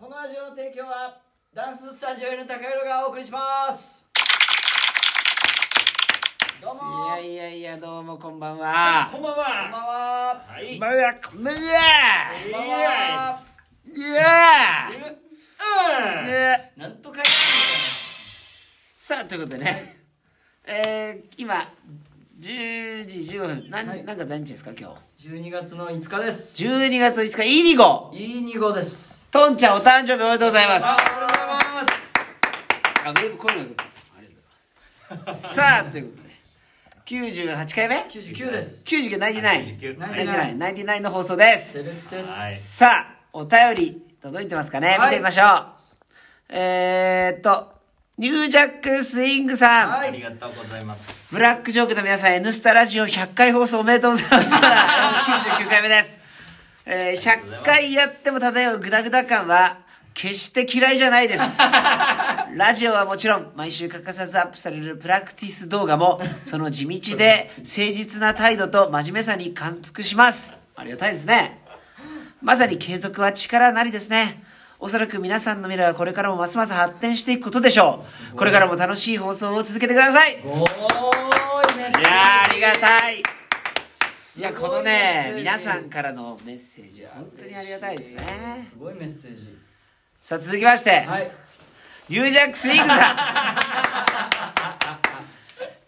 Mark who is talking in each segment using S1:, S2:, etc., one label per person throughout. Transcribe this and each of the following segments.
S1: ラジオの提供はダンススタジオ N 高弘がお送りしますどうも
S2: いやいやいやどうもこんばんは
S3: こんばん
S1: こんば
S3: は。
S1: んは
S3: はい。
S2: んはこんばんは
S1: こんばんは
S2: イエーイイ
S3: う
S2: エーイ
S1: なんとか
S2: さあということでねえー、今10時15分なん,、
S1: はい
S2: なんか何日ですか今日
S1: 12月の5日です
S2: 12月5日イニゴ
S1: いい2号です
S2: とんちゃんお誕生日おめでとうございます
S1: ありがとうございます
S2: あウェーブコーナーありがとうございますさあということで98回目
S1: 99です
S2: 99ナインティナイン
S3: 99
S2: ナインティナインナインティナインの放送です
S1: セルです、
S3: はい
S2: さあ、お便り届いてますかね、
S1: はい
S2: 見てみましょう。えー、っと、ニュージャックスイングさん、
S1: は
S3: あ
S1: い
S3: りがとうございます。
S2: ブラックジョークの皆さん、N スタラジオ100回放送おめでとうございます。99回目です。えー、100回やっても漂うグダグダ感は、決して嫌いじゃないです。ラジオはもちろん、毎週欠かさずアップされるプラクティス動画も、その地道で誠実な態度と真面目さに感服します。ありがたいですね。まさに継続は力なりですね。おそらく皆さんの未来はこれからもますます発展していくことでしょう。これからも楽しい放送を続けてください。
S1: おーいメッセージ
S2: いやーありがたい。いや
S1: すご
S2: この
S1: いメッセー
S2: ね
S1: ジ
S2: 皆さんからのメッセージは本当にありがたいですね。
S1: すごいメッセージ
S2: さあ続きまして、
S1: はい
S2: ニュージャックスイング さん。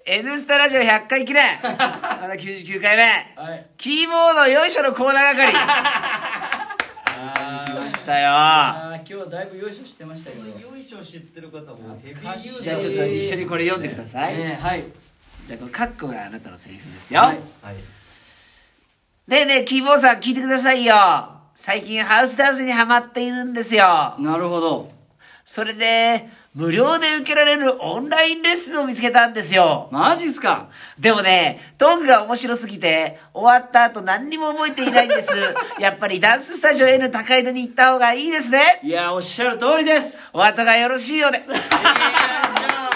S2: N スタラジオ100回記念。まだ99回目。
S1: はい
S2: キーボードよいしょのコーナー係。
S1: あ
S2: 来
S1: ー
S2: ましたよ。
S1: あー今日だいぶ優勝してましたけど
S3: よいしょ知ってる方もヘビ
S1: 懐かしい
S2: じゃあちょっと一緒にこれ読んでください。
S1: ねはい
S2: じゃあこのカッコがあなたのセリフですよ。
S1: はい
S3: はい。
S2: ねえねえ、キーボーさん聞いてくださいよ。最近ハウスダンスにハマっているんですよ。
S1: なるほど
S2: それで、無料で受けられるオンラインレッスンを見つけたんですよ。
S1: マジっすか
S2: でもね、トングが面白すぎて、終わった後何にも覚えていないん です。やっぱりダンススタジオ N 高井戸に行った方がいいですね。
S1: いやおっしゃる通りです
S2: お後がよろしいようで。
S1: 何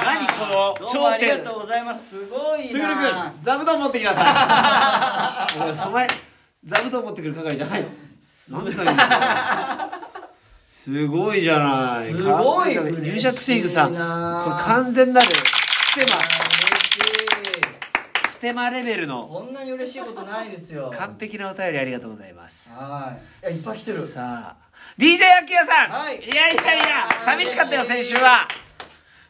S2: 何この
S1: どうもありが
S2: 頂
S1: とうございますすごい
S2: 卓
S1: な
S2: 座布団持ってきなさい おいお前座布団持ってくる係じゃないのなんでだよすごいじゃない
S1: すごい
S2: 完全な入社制御さ
S1: 嬉しいな
S2: これ完全なるステ
S1: 嬉しい
S2: マステマレベルの
S1: こんなに嬉しいことないですよ
S2: 完璧なお便りありがとうございます
S1: はいいやいっぱい来てる
S2: さあ DJ アキヤさん、
S1: はい
S2: いやいやいや寂しかったよ先週は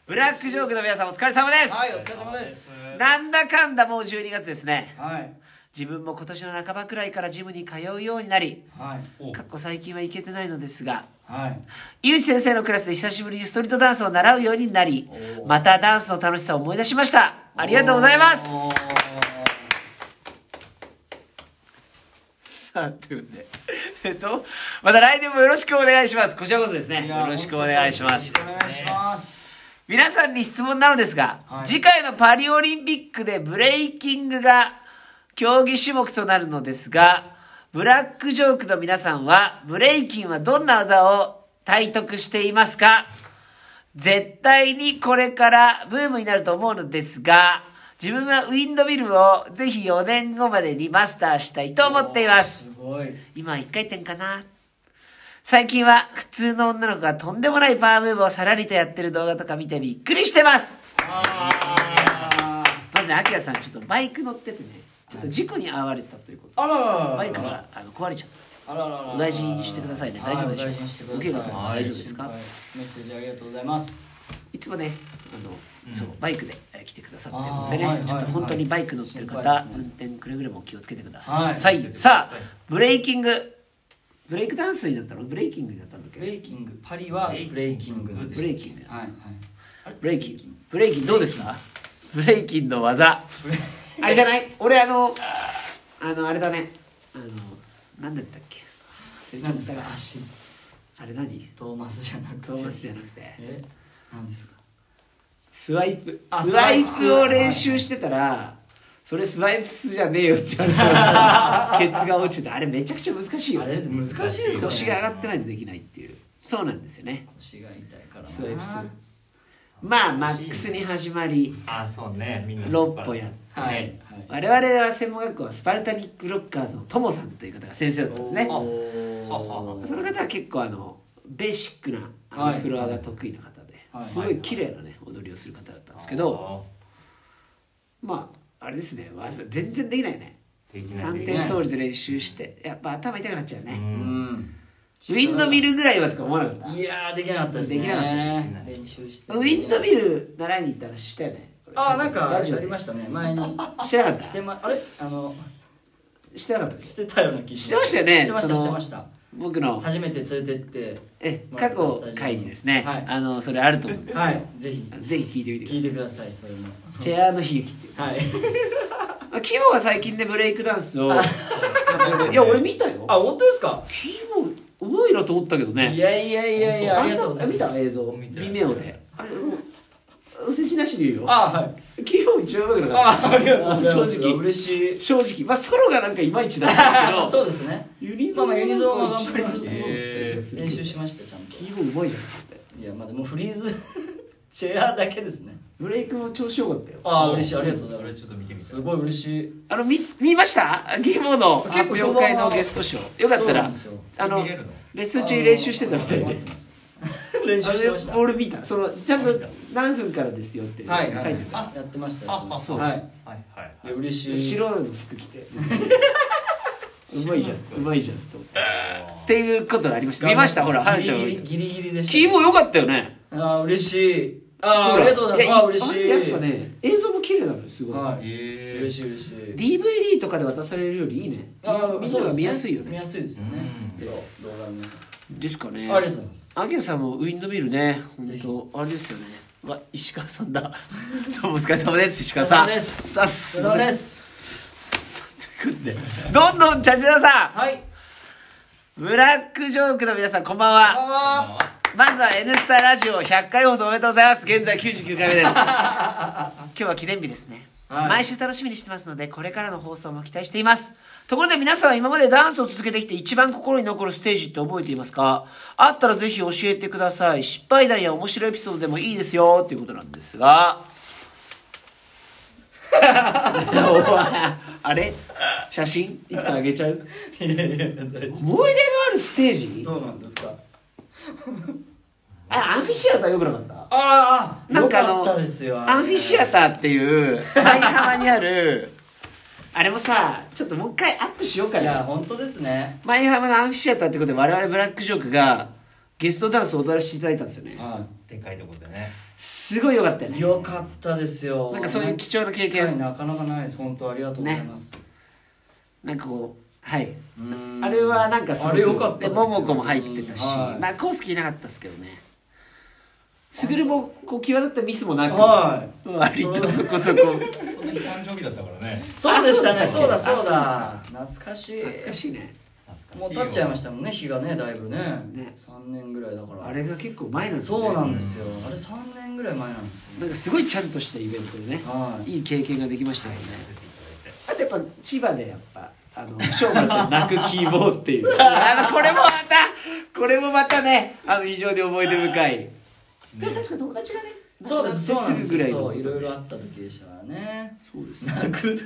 S2: ブラックジョークの皆さんお疲れ様です、
S1: はいお疲れ様です
S2: なんだかんだもう12月ですね
S1: はい
S2: 自分も今年の半ばくらいからジムに通うようになり
S1: はい
S3: お
S2: かっこ最近は行けてないのですが
S1: はい
S2: 井内先生のクラスで久しぶりにストリートダンスを習うようになりまたダンスの楽しさを思い出しましたありがとうございます
S1: おー
S2: さあということでえっとまた来年もよろしくお願いしますこちらこそですね
S1: いや
S2: よろしくお願いします
S1: 本当によろしくお願いします
S2: 皆さんに質問なのですが、
S1: はい
S2: 次回のパリオリンピックでブレイキングが競技種目となるのですがブラックジョークの皆さんはブレイキンはどんな技を体得していますか絶対にこれからブームになると思うのですが自分はウィンドミルをぜひ4年後までにマスターしたいと思っています
S1: すごい
S2: 今は一回転かな最近は普通の女の子がとんでもないパワームーブをさらりとやってる動画とか見てびっくりしてます
S1: あ
S2: まずねあきらさんちょっとバイク乗っててねちょっと事故に遭われたということ
S1: ららら
S2: バイクがあの壊れちゃった
S1: あらららら
S2: お大事にしてくださいね
S1: はい
S2: 大丈夫でしょう
S1: お大事にしてください
S2: お怪我とか大丈夫ですか
S1: はいメッセージありがとうございます
S2: いつもねあの、そうバイクでえー来てくださってるのでね、
S1: あーはい
S2: ちょっと本当にバイク乗ってる方、
S1: はいはい
S2: 運転くれぐれも気をつけてくだ
S1: はい
S2: さい、さあブレイキングブレイクダンスになったのブレイキングになったんだっけ
S1: ブレイキングパリはブレイキングなんです
S2: ブレイキング
S1: はいはい
S2: ブレイキンブレイキンどうですかブレイキンの技あれじゃない俺あのあのあれだねあの何だったっけ忘れちゃ
S1: 何
S2: っ
S1: です
S2: た
S1: か
S2: が
S1: 足
S2: あれ何
S1: トーマスじゃなくて
S2: トーマスじゃなくて
S1: え何ですか
S2: スワイプ
S1: あ
S2: スワイ
S1: ス
S2: プ
S1: ワイプ
S2: を練習してたらそれスワイプスじゃねえよって言われ たケツが落ちてあれめちゃくちゃ難しいよ
S1: あれ難しいですよね
S2: 腰が上がってないとできないっていうそうなんですよね
S1: 腰が痛いからな
S2: スワイプスまあマックスに始まり
S3: あ、そうね。みんな
S2: 六歩やって
S1: はいはい
S2: 我々は専門学校はスパルタニックロッカーズのトモさんという方が先生だったんですね
S1: おー
S3: ははは
S2: その方は結構あのベーシックなあ
S1: は
S2: の
S1: い
S2: フロアが得意な方で、
S1: はい
S2: すごい綺麗なね踊りをする方だったんですけど、まああれですねわざ全然できないね
S3: あーできない
S2: 3
S3: できない
S2: 点通りで練習してやっぱ頭痛くなっちゃう
S3: う
S2: ね、
S3: ん
S2: ウィンドミルぐらいはとか思わなかった
S1: いやーできなかったですね
S2: できなかった
S1: 練習して
S2: ウィンドミル習いに行った話したよね
S1: ああなんかあ
S2: ラジオ
S1: り
S2: で
S1: ましたね前に
S2: してなかった
S1: してまあれあの
S2: してなかったです
S1: してたような気
S2: してましたよね
S1: してました
S2: そ
S1: し
S2: の
S1: てました
S2: 僕の
S1: 初めて連れてって
S2: え
S1: まあ
S2: 過去回にですね、
S1: はい
S2: あのそれあると思うんですけど、
S1: はいぜひ
S2: ぜひ聞いてみてく
S1: 聞
S2: だ
S1: いて
S2: さい
S1: くださいそれも
S2: チェアーの悲劇っていう、
S1: はい
S2: まあ、キモが最近でブレイクダンスを いや俺見たよ
S1: あ本当ですか
S2: キモうまいなと思ったけどね
S1: いやいやいやいやありがとうございます
S2: あんな見た映像
S3: 見てない
S2: 微妙であれもうお世辞なしで言うよ
S1: あはい
S2: キモ一番うまくなかっ
S1: あ
S2: た
S1: ありがとうございます
S2: 正直
S1: 嬉しい
S2: 正直まあソロがなんかいまいちだったんですけ ど
S1: そうですね
S2: ユニ
S1: まあまあユニゾンは頑張りました
S3: ね
S1: 練習し
S2: ま
S1: ましたちゃんと
S2: キモうまいじゃん
S1: いやまあでもフリーズ チェアだけですね
S2: ブレイクも調子よかったよ
S1: ああ嬉しいありがとうございます
S3: それちょっと見てみたい
S1: すごい嬉しい
S2: あの見見ましたゲームの
S1: 結構
S2: 業界のゲストショーよかっ
S1: そ
S2: た
S1: うなん
S2: ら
S1: ですよ
S2: あの
S3: 見れるの
S2: レッスン中に練習してたみたいで
S1: 練習してました
S2: あれ俺見たそのちゃんと
S3: 見た
S2: 何分からですよって書
S1: はいい
S2: て
S1: はい
S2: た、
S1: あやってました
S3: ああ
S2: そう
S1: はい
S3: はいはい
S1: いや嬉しい
S2: 白の服着 てうまいじゃんうまいじゃんと思ってっ
S3: あ
S2: ていうことがありました見ましたほらはるちゃん
S1: ギ
S2: も見
S1: リ
S2: た
S1: ギリギリギリでした
S2: キーボー良かったよね
S1: ああ嬉しいああありがとうございます
S2: ほ
S1: あ
S2: ら
S1: あ嬉しい
S2: ややっぱね映像も綺麗なのよすごい
S1: はい
S3: え
S1: 嬉しい嬉しい
S2: DVD とかで渡されるよりいいね
S1: ああ
S2: みん
S1: そ
S2: な
S1: うですね
S2: が見やすいよね
S1: 見やすいですよね
S3: うん
S1: そう動画のね
S2: ですかね
S1: ありがとうございます
S2: アゲンさんもウィンドミルね
S1: ぜひ
S2: 本当あれですよねうわ石川さんだどうもお疲れ様です石川さん
S1: お疲れ様です
S2: さあすいま
S1: そう
S2: せん
S1: です
S2: どんどんチャチラさ
S1: はい
S2: んブラックジョークの皆さんこんばんは
S1: こんばんは
S2: まずは「N スタ」ラジオ100回放送おめでとうございます現在99回 目です今日は記念日ですね、
S1: はい
S2: 毎週楽しみにしてますのでこれからの放送も期待していますところで皆さんは今までダンスを続けてきて一番心に残るステージって覚えていますかあったらぜひ教えてください失敗談や面白いエピソードでもいいですよっていうことなんです がお前あれ写真いつかあげちゃう
S1: いやいや大丈
S2: 思い出のあるステージ
S1: 夫どうなんですか
S2: あアンフィシアターよくなかった
S1: ああ
S2: なんかあ
S1: よ
S2: の
S1: ったですよあれ
S2: アンフィシアターっていう舞浜にあるあれもさちょっともう一回アップしようか
S1: いや
S2: な
S1: 本当ですね
S2: 舞浜のアンフィシアターってことで我々ブラックジョークがゲストダンスを踊らせていただいたんですよね
S1: は
S3: でっかいとこでね
S2: すごい良かったよ
S1: い
S2: ね
S1: よかったですよ
S2: なんかそういう貴重な経
S1: 経験
S2: 験
S1: なかなかないです本当ありがとうございます、
S2: なんかこうはいう
S1: ーん
S2: あれはなんかすご
S1: あ
S2: く
S1: れよかった
S2: で桃子も入ってたし、
S1: はい、
S2: まあコースキいなかったですけどねすぐるもこう際立ったミスもなく、
S1: は
S2: 割とそこ そこ
S3: その日誕生日だったからね
S1: そうでしたね
S2: あ
S1: そうだそう
S2: あ
S1: だ懐かしい
S2: 懐かしいね
S1: もう経っちゃいましたたもんね日がねだいぶね
S2: ね
S1: 3年ぐらいだから
S2: あれが結構前なんですよね
S1: そうなんですよあれ3年ぐらい前なんですよ
S2: なんかすごいちゃんとしたイベントでね、
S1: はい
S2: いい経験ができましたよね。あとやっぱ千葉でやっぱあの勝負の泣く希望っていう あのこれもまたこれもまたねあの非常に思い出深い。確か友達がね
S1: そうですそうなんで
S2: 亡くなって
S1: す
S2: ぐらいの
S1: そ
S2: こ
S1: うい
S2: と
S1: ろ
S2: で
S1: いろあった時でしたからね
S2: そうですね。
S1: 泣く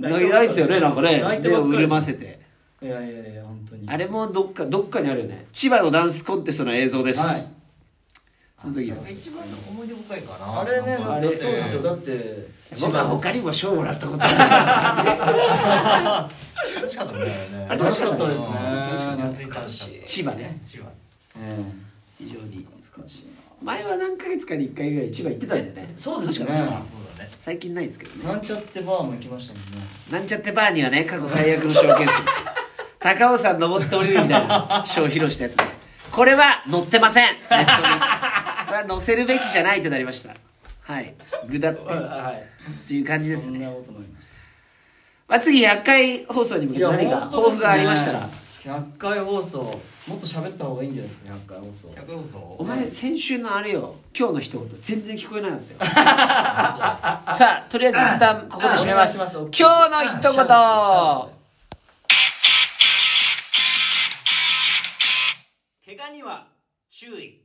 S2: 泣いないですよねなんか
S1: 泣い
S2: ね
S1: て
S2: 目
S1: ばっ
S2: を
S1: かり
S2: 潤ませて。
S1: いやいやいや本当に
S2: あれもどっかどっかにあるよね。千葉のダンスコンテストの映像です。
S1: はい
S2: その時は。
S3: 一番思い出深いかな
S1: あれね
S2: あ
S1: あ
S2: れ
S1: れそうですよだって
S2: 僕は他にも賞をもらったことある。
S3: 楽しかったもんね
S2: あれ
S1: 楽しかったですね
S2: 楽しかった
S1: 懐かしい
S2: 千葉ね
S3: 千葉
S1: うん
S2: 非常に。
S1: 懐かしいな
S2: 前は何ヶ月かに1回ぐらい千葉行ってたんだよね
S1: そうですよ
S2: 確か
S1: ね
S3: そうだね
S2: 最近ないですけどね
S1: なんちゃってバーも行きましたもんね
S2: なんちゃってバーにはね過去最悪の賞金数高尾山登って降りるみたいな賞を披露したやつでこれは載ってませんネットにこれは載せるべきじゃないとなりましたはいぐだって
S1: はい
S2: っていう感じです
S1: そん
S2: ね、
S1: なこともありまし
S2: まあ、次100回放送に向けて
S1: た
S2: 何か抱負がありましたら、
S1: 100回放送もっと喋った方がいいんじゃないですか100回放送
S3: 100放送
S2: お前先週のあれよ今日の一言全然聞こえなかったよさあとりあえず一旦ここで締めます
S1: お願いします
S2: 今日の一
S1: シャープ
S2: 言
S1: で
S2: 怪我には注意